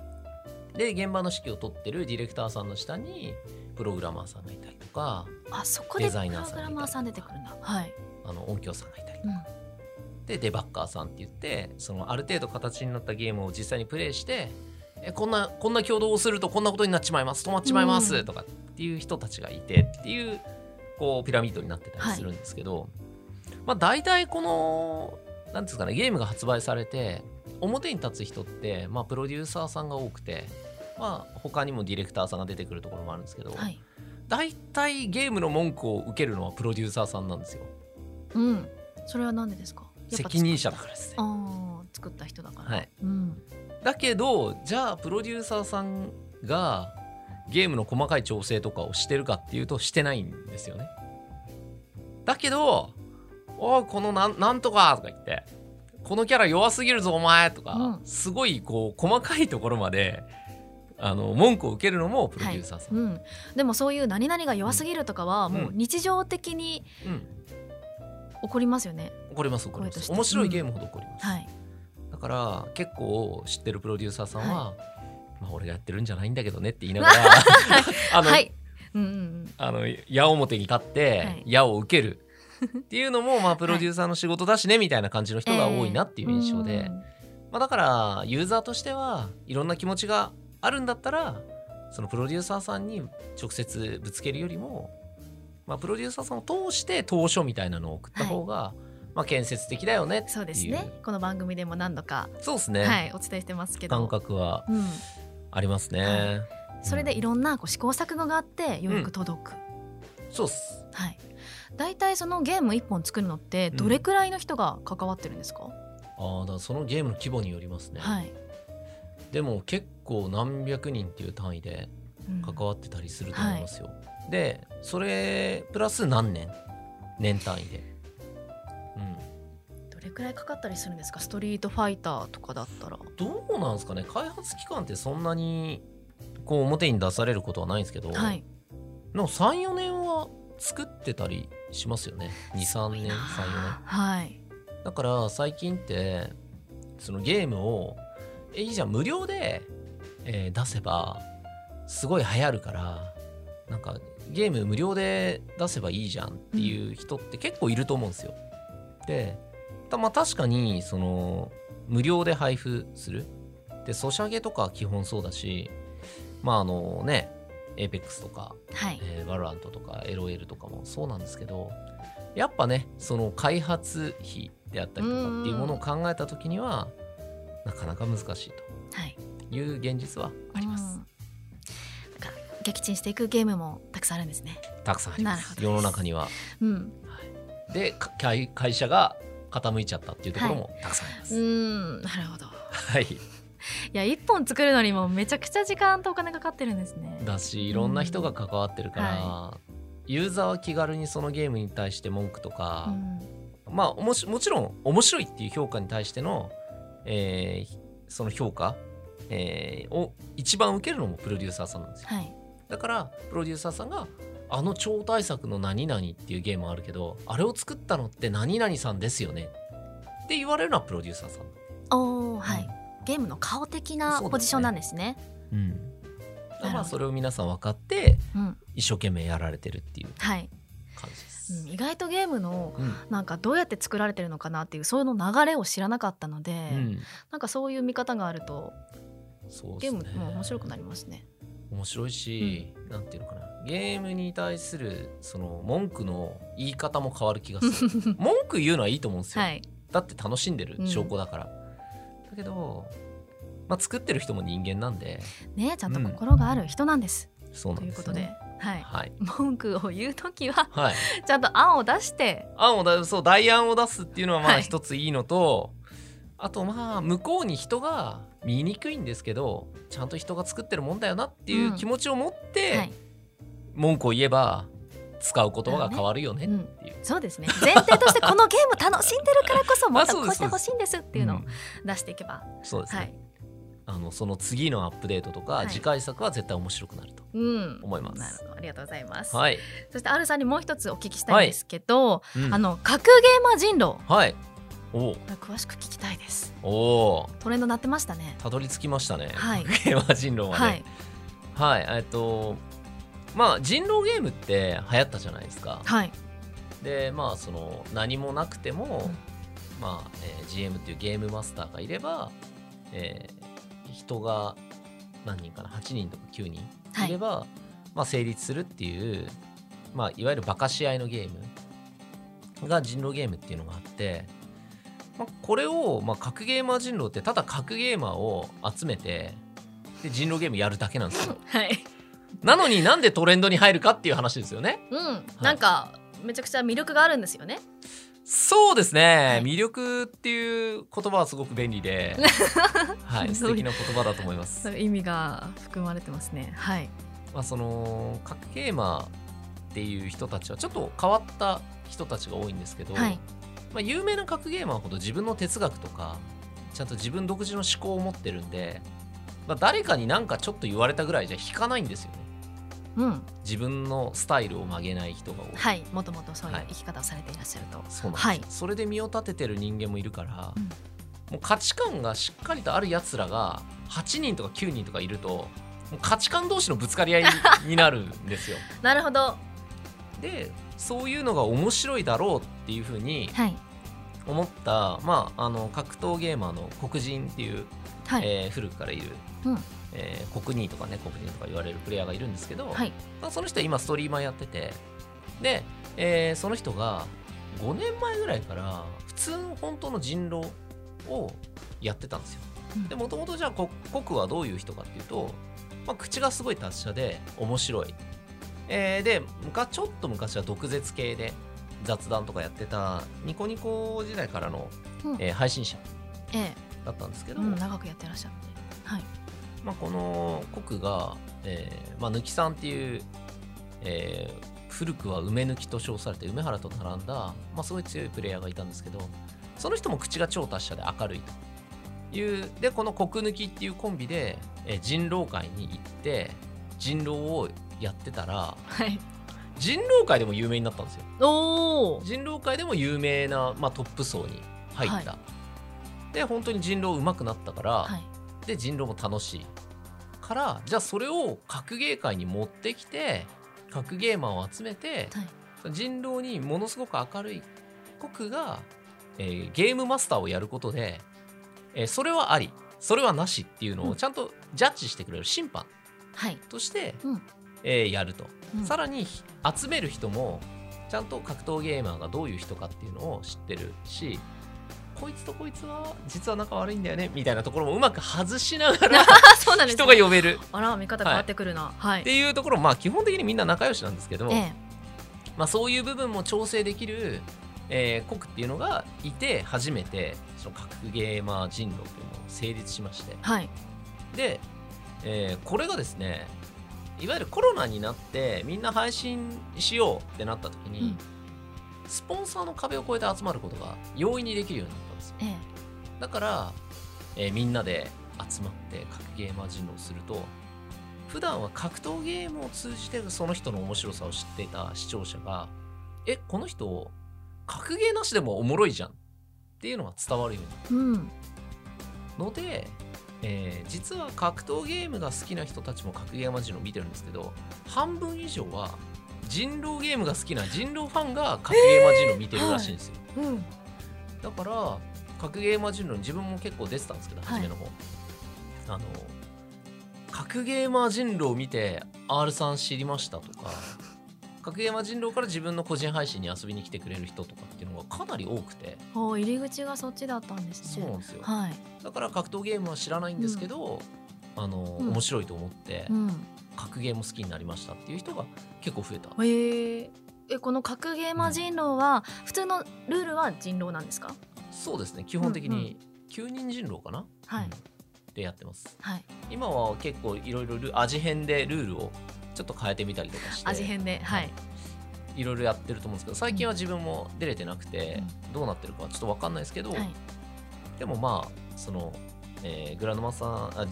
A: で現場の指揮を取ってるディレクターさんの下にプログラマーさんがいたりとか
B: あそこで
A: デ
B: プ
A: ザイ
B: ロ
A: ナーさん
B: グラマーさん出てくるんだはい、
A: あの音響さんがいたり
B: うん、
A: でデバッカーさんって言ってそのある程度形になったゲームを実際にプレイしてえこんなこんな挙動をするとこんなことになっちまいます止まっちまいます、
B: うん
A: とかっていう人たちがいてっていうこうピラミッドになってたりするんですけど、まあ大体このなんていうんですかねゲームが発売されて表に立つ人って、まあ、プロデューサーさんが多くて、まあ、他にもディレクターさんが出てくるところもあるんですけど、
B: はい
A: 大体ゲームの文句を受けるのはプロデューサーさんなんですよ
B: うんそれはなんでですかやっぱ作った
A: 責任者だからですね。
B: ああ作った人だから、
A: はい
B: うん
A: だけどじゃあプロデューサーさんがゲームの細かい調整とかをしてるかっていうとしてないんですよね。だけど「おいこのなんなんとか」とか言って「このキャラ弱すぎるぞお前」とか、
B: うん
A: すごいこう細かいところまであの文句を受けるのもプロデューサーさん。
B: うん、でもそういう何々が弱すぎるとかはもう日常的に
A: うん
B: 起こりますよね、
A: 怒ります怒りま
B: 声とし
A: す
B: て
A: 面白いゲームほど怒ります、
B: はい
A: だから結構知ってるプロデューサーさんは、まあ俺がやってるんじゃないんだけどねって言いな がらあの、
B: はいうんうんうん
A: あの矢面に立って、
B: はい
A: 矢を受け るっていうのも、まあ、プロデューサーの仕事だしね、みたいな感じの人が多いなっていう印象で、
B: えーうん
A: まあ、だからユーザーとしてはいろんな気持ちがあるんだったらそのプロデューサーさんに直接ぶつけるよりも、まあ、プロデューサーさんを通して当初みたいなのを送った方が、まあ、建設的だよねっていう
B: そうですねこの番組でも何度か、
A: そうですね、
B: はい、お伝えしてますけど
A: 感覚は
B: うん、
A: ありますね。
B: それでいろんなこう試行錯誤があってようやく届く、
A: そうっす
B: はい大体そのゲーム一本作るのってどれくらいの人が関わってるんですか、
A: あーだからそのゲームの規模によりますね、
B: はい、
A: でも結構何百人っていう単位で
B: うん
A: 関わってたりすると思いますよ。でそれプラス何年年単位で。うん、
B: どれくらいかかったりするんですかストリートファイターとかだったら
A: どうなんですかね開発期間ってそんなにこう表に出されることはないんですけど、
B: はい
A: の34年は作ってたりしますよね23年34年。
B: はい
A: だから最近ってそのゲームを「えいいじゃん無料で、えー出せばすごい流行るからなんかゲーム無料で出せばいいじゃんっていう人って結構いると思うんですよ。でたまあ確かにその無料で配布するでソシャゲとかは基本そうだしまああのね APEX とか
B: はい
A: えー、バロアントとか LOL とかもそうなんですけどやっぱねその開発費であったりとかっていうものを考えた時にはなかなか難しい
B: はい
A: という現実はありま
B: う
A: す
B: んだから撃沈していくゲームもたくさんあるんですね
A: たくさんあります
B: なるほどです
A: 世の中には
B: うん
A: でか会会社が傾いちゃったっていうところもたくさんありま
B: う
A: す、
B: んなるほどい
A: はい
B: や一本作るのにもめちゃくちゃ時間とお金かかってるんですね
A: だしいろんな人が関わってるから、ユーザーは気軽にそのゲームに対して文句とか、
B: うん
A: まあ、おもしもちろん面白いっていう評価に対しての、えーその評価、えーを一番受けるのもプロデューサーさんなんですよ
B: はい
A: だからプロデューサーさんが「あの超大作の何々」っていうゲームあるけどあれを作ったのって何々さんですよねって言われるのはプロデューサーさん、
B: おおはいゲームの顔的
A: そうで
B: な
A: すね
B: ポジションなんですね
A: うん、だから
B: なる
A: ま
B: ほ
A: あ
B: ど
A: それを皆さん分かって
B: うん
A: 一生懸命やられてるっていう
B: はい、
A: 感じです、
B: うん、意外とゲームの
A: うん
B: なんかどうやって作られてるのかなっていうそういうの流れを知らなかったので、
A: うん
B: なんかそういう見方があると
A: そう
B: ゲ
A: で
B: ー
A: す
B: ム
A: ね
B: も面白くなりますね。
A: 面白いし、なんていうのかなゲームに対するその文句の言い方も変わる気がする 文句言うのはいいと思うんですよ、
B: はい、
A: だって楽しんでる証拠だから、だけど、まあ、作ってる人も人間なんで
B: ねちゃんと心がある人なんです、
A: そうなん
B: という
A: です
B: こ
A: よ
B: とで、はい、
A: はい、
B: 文句を言うときは
A: はい、
B: ちゃんと案を出して、
A: 案をだそう代案を出すっていうのはま
B: は
A: あ
B: い
A: 一ついいのと、あとまあ向こうに人が見にくいんですけどちゃんと人が作ってるもんだよなっていう気持ちを持って、
B: はい
A: 文句を言えば使う言葉が変わるよねっていう。
B: そうですね前提としてこのゲーム楽しんでるからこそもっと
A: あそう
B: こ
A: です
B: うしてほしいんですっていうの
A: う
B: を
A: ん
B: 出していけば、
A: そうですね、
B: はい
A: あのその次のアップデートとか、
B: はい
A: 次回作は絶対面白くなると
B: うん
A: 思います
B: なるほどありがとうございます、
A: はい、
B: そして R さんにもう一つお聞きしたいんですけど、
A: うん
B: あの格ゲーマー人狼
A: はいおう
B: 詳しく聞きたいです
A: おお
B: トレンドなってましたね
A: たどり着きましたね、
B: はい
A: ゲーマー人狼はね、
B: はい
A: はい、えっとまあ人狼ゲームって流行ったじゃないですか。
B: はい
A: でまあその何もなくても、
B: うん
A: まあえー GM っていうゲームマスターがいれば、えー人が何人かな8人とか9人
B: はい
A: いれば、まあ、成立するっていう、まあ、いわゆるバカし合いのゲームが人狼ゲームっていうのがあって、まあ、これを、まあ、格ゲーマー人狼ってただ格ゲーマーを集めてで人狼ゲームやるだけなん ですよ。
B: はい
A: なのになんでトレンドに入るかっていう話ですよね。
B: うん、なんかめちゃくちゃ魅力があるんですよね
A: そうですね。
B: はい
A: 魅力っていう言葉はすごく便利 で、はい、素敵な言葉だと思います。
B: 意味が含まれてますねはい
A: まあその格ゲーマーっていう人たちはちょっと変わった人たちが多いんですけど、
B: はい
A: まあ有名な格ゲーマーほど自分の哲学とかちゃんと自分独自の思考を持ってるんで、まあ誰かになんかちょっと言われたぐらいじゃ引かないんですよね。
B: うん
A: 自分のスタイルを曲げない人が多い。
B: はいもともとそういう
A: はい
B: 生き方をされていらっしゃると
A: そうなんです、
B: はい
A: それで身を立ててる人間もいるから、
B: うん
A: もう価値観がしっかりとあるやつらが8人とか9人とかいるともう価値観同士のぶつかり合いにになるんですよ。
B: なるほど
A: でそういうのが面白いだろうっていうふうに
B: はい
A: 思った、まあ、あの格闘ゲーマーの黒人っていう、
B: はい、
A: えー古くからいる、
B: うん
A: えー国人とかね黒人とか言われるプレイヤーがいるんですけど、
B: はい
A: まあその人は今ストリーマーやっててで、えーその人が5年前ぐらいから普通の本当の人狼をやってたんですよ
B: うん
A: でもともとじゃあこ国はどういう人かっていうと、まあ、口がすごい達者で面白い、えーで昔ちょっと昔は毒舌系で雑談とかやってたニコニコ時代からの、
B: うん
A: えー配信者
B: え
A: だったんですけ
B: え
A: ど、
B: うん、長くやってらっしゃるはい
A: まあ、この国が、えーまあ、抜きさんっていう、えー古くは梅抜きと称されて梅原と並んだ、まあ、すごい強いプレイヤーがいたんですけどその人も口が超達者で明るいというでこの国抜きっていうコンビで、えー人狼会に行って人狼をやってたら
B: はい
A: 人狼会でも有名になったんですよ
B: おお
A: 人狼界でも有名な、まあ、トップ層に入った、で本当に人狼上手くなったから、
B: はい
A: で人狼も楽しいからじゃあそれを格ゲー界に持ってきて格ゲーマーを集めて
B: はい
A: 人狼にものすごく明るい国が、えーゲームマスターをやることで、えーそれはありそれはなしっていうの
B: う
A: を
B: ん
A: ちゃんとジャッジしてくれる審判
B: はい、
A: として、
B: うん
A: えーやると、
B: うん
A: さらに集める人もちゃんと格闘ゲーマーがどういう人かっていうのを知ってるしこいつとこいつは実は仲悪いんだよねみたいなところもうまく外しながら
B: あ そうなんです、ね、
A: 人が呼べる
B: あら見方変わってくるなはい、
A: っていうところまあ基本的にみんな仲良しなんですけど、
B: ええ
A: まあ、そういう部分も調整できる、えー、国っていうのがいて初めてその格ゲーマー人狼というのを成立しまして
B: はい
A: で、えーこれがですねいわゆるコロナになってみんな配信しようってなった時に、
B: うん
A: スポンサーの壁を越えて集まることが容易にできるようになったんですよ
B: ええ
A: だから、えーみんなで集まって格ゲーマー人狼をすると普段は格闘ゲームを通じてその人の面白さを知っていた視聴者がえこの人格ゲーなしでもおもろいじゃんっていうのが伝わるようになった
B: うん
A: ので、えー実は格闘ゲームが好きな人たちも格ゲーマジンを見てるんですけど半分以上は人狼ゲームが好きな人狼ファンが格ゲーマジンを見てるらしいんですよ、
B: うん
A: だから格ゲーマジンの自分も結構出てたんですけど
B: はい
A: 初めの方、あの格ゲーマー人狼を見て R さん知りましたと か格ゲーマー人狼から自分の個人配信に遊びに来てくれる人とかっていうのがかなり多くて
B: お入り口がそっちだったんです
A: そう
B: ね
A: なんですよ
B: はい
A: だから格闘ゲームは知らないんですけど、あの
B: うん
A: 面白いと思って
B: うん
A: 格ゲーも好きになりましたっていう人が結構増えた、
B: へええこの格ゲーマ人狼は普通のルールは人狼なんですか
A: そうですね基本的に9人人狼かな、
B: は
A: う
B: い
A: んでやってます
B: はい
A: 今は結構いろいろル味変でルールをちょっと変えてみたりとかして
B: 味変では
A: はいいいろいろやってると思うんですけど最近は自分も出れてなくて
B: う
A: どうなってるかはちょっと分かんないですけど、
B: はい
A: でもまあそのえーグランドマスターあ、じ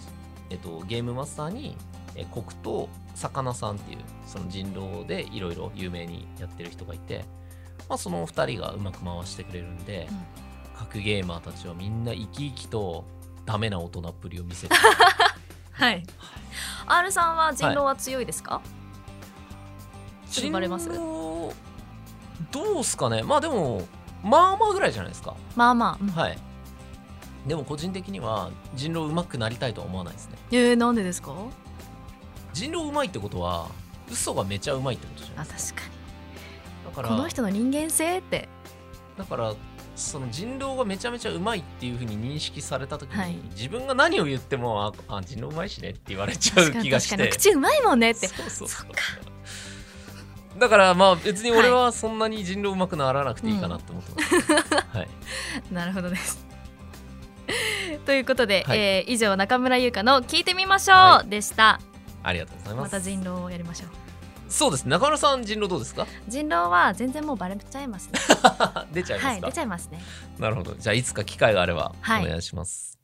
A: えっと、ゲームマスターに、えー、黒と魚さんっていうその人狼でいろいろ有名にやってる人がいて、まあ、その2人がうまく回してくれるんで、各ゲーマーたちはみんな生き生きとダメな大人っぷりを見せて
B: はい R さんは人狼は強いですか、ちょっとバレます
A: 人狼どうすかねまあでもまあまあぐらいじゃないですか
B: まあまあ、うん
A: はいでも個人的には人狼上手くなりたいとは思わないですね
B: えー、なんでですか
A: 人狼上手いってことは嘘がめちゃ上手いってことじゃない
B: あ
A: で
B: 確
A: す
B: かに
A: かだか
B: この
A: ら
B: 人の人間性って
A: だからその人狼がめちゃめちゃ上手いっていうふうに認識された時に、
B: はい
A: 自分が何を言ってもああ人狼上手いしねって言われちゃう 気がして
B: 確かに確かに口うまいもんねって
A: そうそう
B: そっ
A: だからまあ別に俺はそんなに人狼うまくならなくていいかなと思ってます、はい、
B: なるほどです。 ということで、
A: はい
B: えー以上中村優香の「聞いてみましょう」
A: は
B: でした
A: ありがとうございます
B: また人狼をやりましょう
A: そうですね中村さん人狼どうですか
B: 人狼は全然もうバレちゃいますね
A: 出ちゃいま
B: は
A: す
B: い
A: か、
B: 出ちゃいますね
A: なるほどじゃあいつか機会があればお
B: はい
A: 願いします、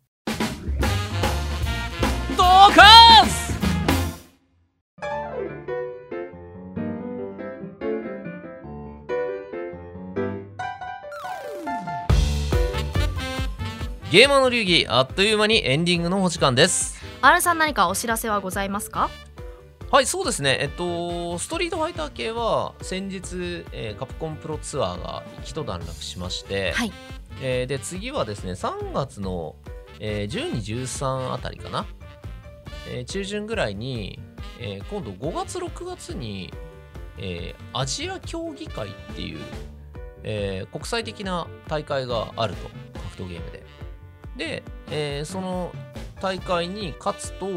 A: ドーカーズゲーマーの流儀あっという間にエンディングのお時間です
B: R さん何かお知らせはございますか
A: はいそうですねえっとストリートファイター系は先日、えーカプコンプロツアーが一段落しまして、
B: はい
A: えーで次はですね3月の、えー12、13あたりかな、えー中旬ぐらいに、えー今度5月6月に、えーアジア競技会っていう、えー国際的な大会があると格闘ゲームでで、えーその大会に勝つと、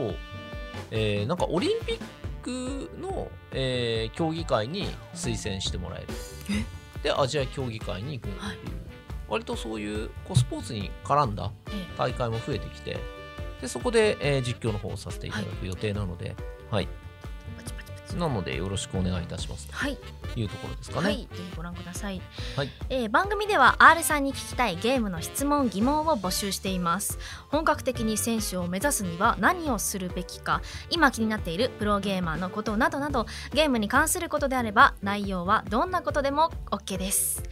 A: えーなんかオリンピックの、えー競技会に推薦してもらえるでアジア競技会に行くっていう、
B: はい
A: 割とそういうこうスポーツに絡んだ
B: ええ
A: 大会も増えてきてでそこで、えー実況の方をさせていただく予定なので、はい
B: パチパチパチ
A: なのでよろしくお願いいたします
B: はい、
A: というところですかね。
B: はい、ぜひご覧ください、
A: はい
B: えー番組では R さんに聞きたいゲームの質問疑問を募集しています本格的に選手を目指すには何をするべきか今気になっているプロゲーマーのことなどなどゲームに関することであれば内容はどんなことでも OK です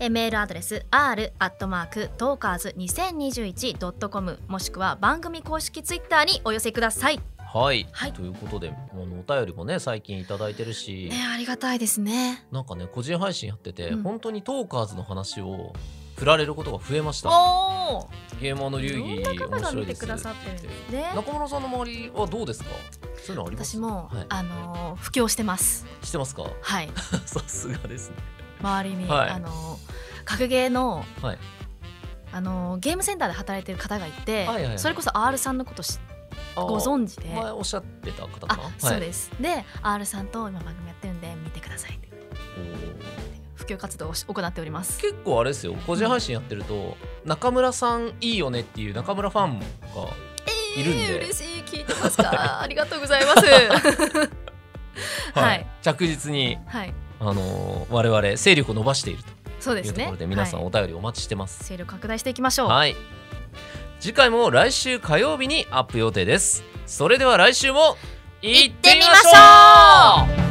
B: えーメールアドレス r アットマークトーカーズ2021ドットコムもしくは番組公式ツイッターにお寄せください。
A: はい、
B: はい
A: ということであのお便りもね最近いただいてるし、
B: ねありがたいですね。
A: なんかね個人配信やってて、
B: うん
A: 本当にトーカーズの話を振られることが増えました。
B: おお。
A: ゲーマーの流儀
B: い
A: 面
B: ろんな方が
A: 白い
B: 見
A: で
B: て
A: す
B: くださってるんですね。
A: 中村さんの周りはどうですかそういうのあります
B: 私も、
A: はい
B: あのー布教してます。
A: してますか
B: はい、
A: さすがですね
B: 周りに、
A: はい
B: あのー格ゲーの、
A: はい
B: あのーゲームセンターで働いてる方がい
A: は
B: て、
A: いはいはい
B: それこそ R さんのことし
A: あー
B: ご存知で、
A: 前おっしゃってた方か
B: あ
A: な、
B: そうです。で、R さんと今番組やってるんで見てくださいって
A: おー
B: 布教活動をし行っております。
A: 結構あれですよ個人配信やってると、中村さんいいよねっていう中村ファンが
B: えー
A: いるんで
B: 嬉しい聞いてます か。ありがとうございます。はい
A: 着実に、
B: はい、
A: あのー我々勢力を伸ばしている
B: そう
A: と
B: で
A: い
B: す
A: うと
B: ね。
A: ころで皆さん
B: はい
A: お便りお待ちしてます
B: 勢力拡大していきましょう。
A: はい、次回も来週火曜日にアップ予定ですそれでは来週も行ってみましょう